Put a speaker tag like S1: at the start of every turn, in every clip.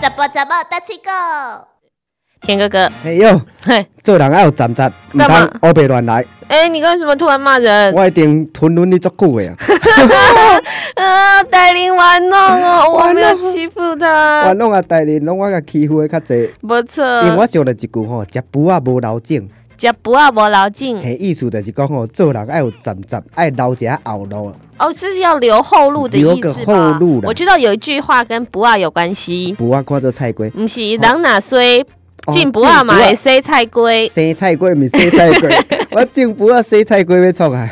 S1: 怎么怎么大七个？
S2: 田哥哥，
S3: 哎呦，
S2: 嘿，
S3: 做人要有站直，唔
S2: 干嘛
S3: 通黑白乱来。
S2: 哎，你为什么突然骂人？
S3: 我一定吞忍你足 久的啊！
S2: 啊，戴琳玩弄哦， 我
S3: 玩弄
S2: 没有欺负他
S3: 我，拢啊，大人拢我甲欺负的较济，
S2: 不
S3: 因为
S2: 错。
S3: 我想到一句吼，食补啊无老正，
S2: 食不啊无老进，
S3: 嘿，意思就是讲吼，做人要有站直，爱留一下后路，
S2: 哦，这是要留后路的意思吧啊
S3: 留个后路啦
S2: 我知道有一句话跟不啊有关系，
S3: 补啊看做菜瓜。
S2: 不是人哪衰，
S3: 哦
S2: 进不啊嘛
S3: 进
S2: 会洗菜 龟，
S3: 生菜瓜毋是洗菜 瓜，我种不啊洗菜瓜要创啊，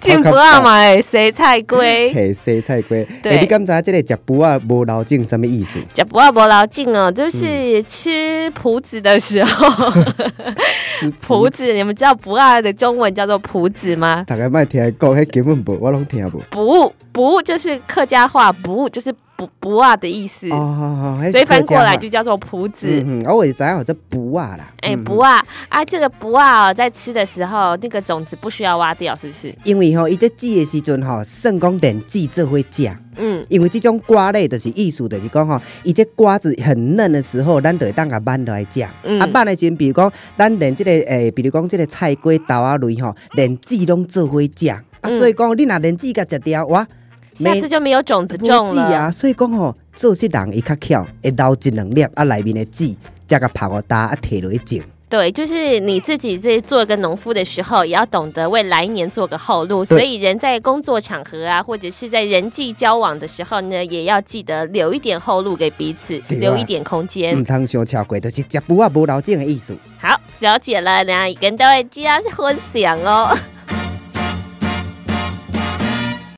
S2: 进不啊嘛会洗菜龟。
S3: 嘿，洗菜瓜。
S2: 对
S3: 哎，你敢知即个食补啊无老正什么意思？
S2: 食不啊无老进
S3: 嗯
S2: 哦，就是吃葡子的时候， 葡子，你们知道不啊的中文叫做葡子吗？
S3: 大家莫听伊讲，迄根本无，我拢听无。
S2: 不不就是客家话不就是不不啊的意思，
S3: 哦，好好，那是
S2: 所以翻
S3: 客
S2: 过
S3: 家
S2: 来
S3: 话
S2: 就叫做葡子。
S3: 嗯嗯，我也知道这补啊啦。
S2: 哎、
S3: 嗯
S2: 不啊啊！这个不啊、哦，在吃的时候，那个种子不需要挖掉，是不是？
S3: 因为吼，伊在煮的时阵吼，算讲连煮做伙食。
S2: 嗯，
S3: 因为这种瓜类就是意思，就是讲吼，伊这瓜子很嫩的时候，咱就会当甲挽落来食。
S2: 嗯
S3: 啊，挽的时阵，比如讲，咱连这个诶、比如讲这个菜瓜豆啊类吼，连籽拢做伙食。啊，
S2: 嗯
S3: 所以讲，你若连籽甲食掉，哇，
S2: 下次就没有种子
S3: 不
S2: 种
S3: 籽
S2: 了。
S3: 啊。所以讲吼，做事人伊较巧，会留一两粒啊，内面的籽，才甲拍互干啊，摕落去种。
S2: 对，就是你自己这做一个农夫的时候，也要懂得为来年做个后路。所以人在工作场合啊，或者是在人际交往的时候呢，也要记得留一点后路给彼此，
S3: 对啊
S2: 留一点空间。
S3: 唔通伤超过，就是食补啊无留种的意思。
S2: 好，了解了，那跟各位记得分享哦。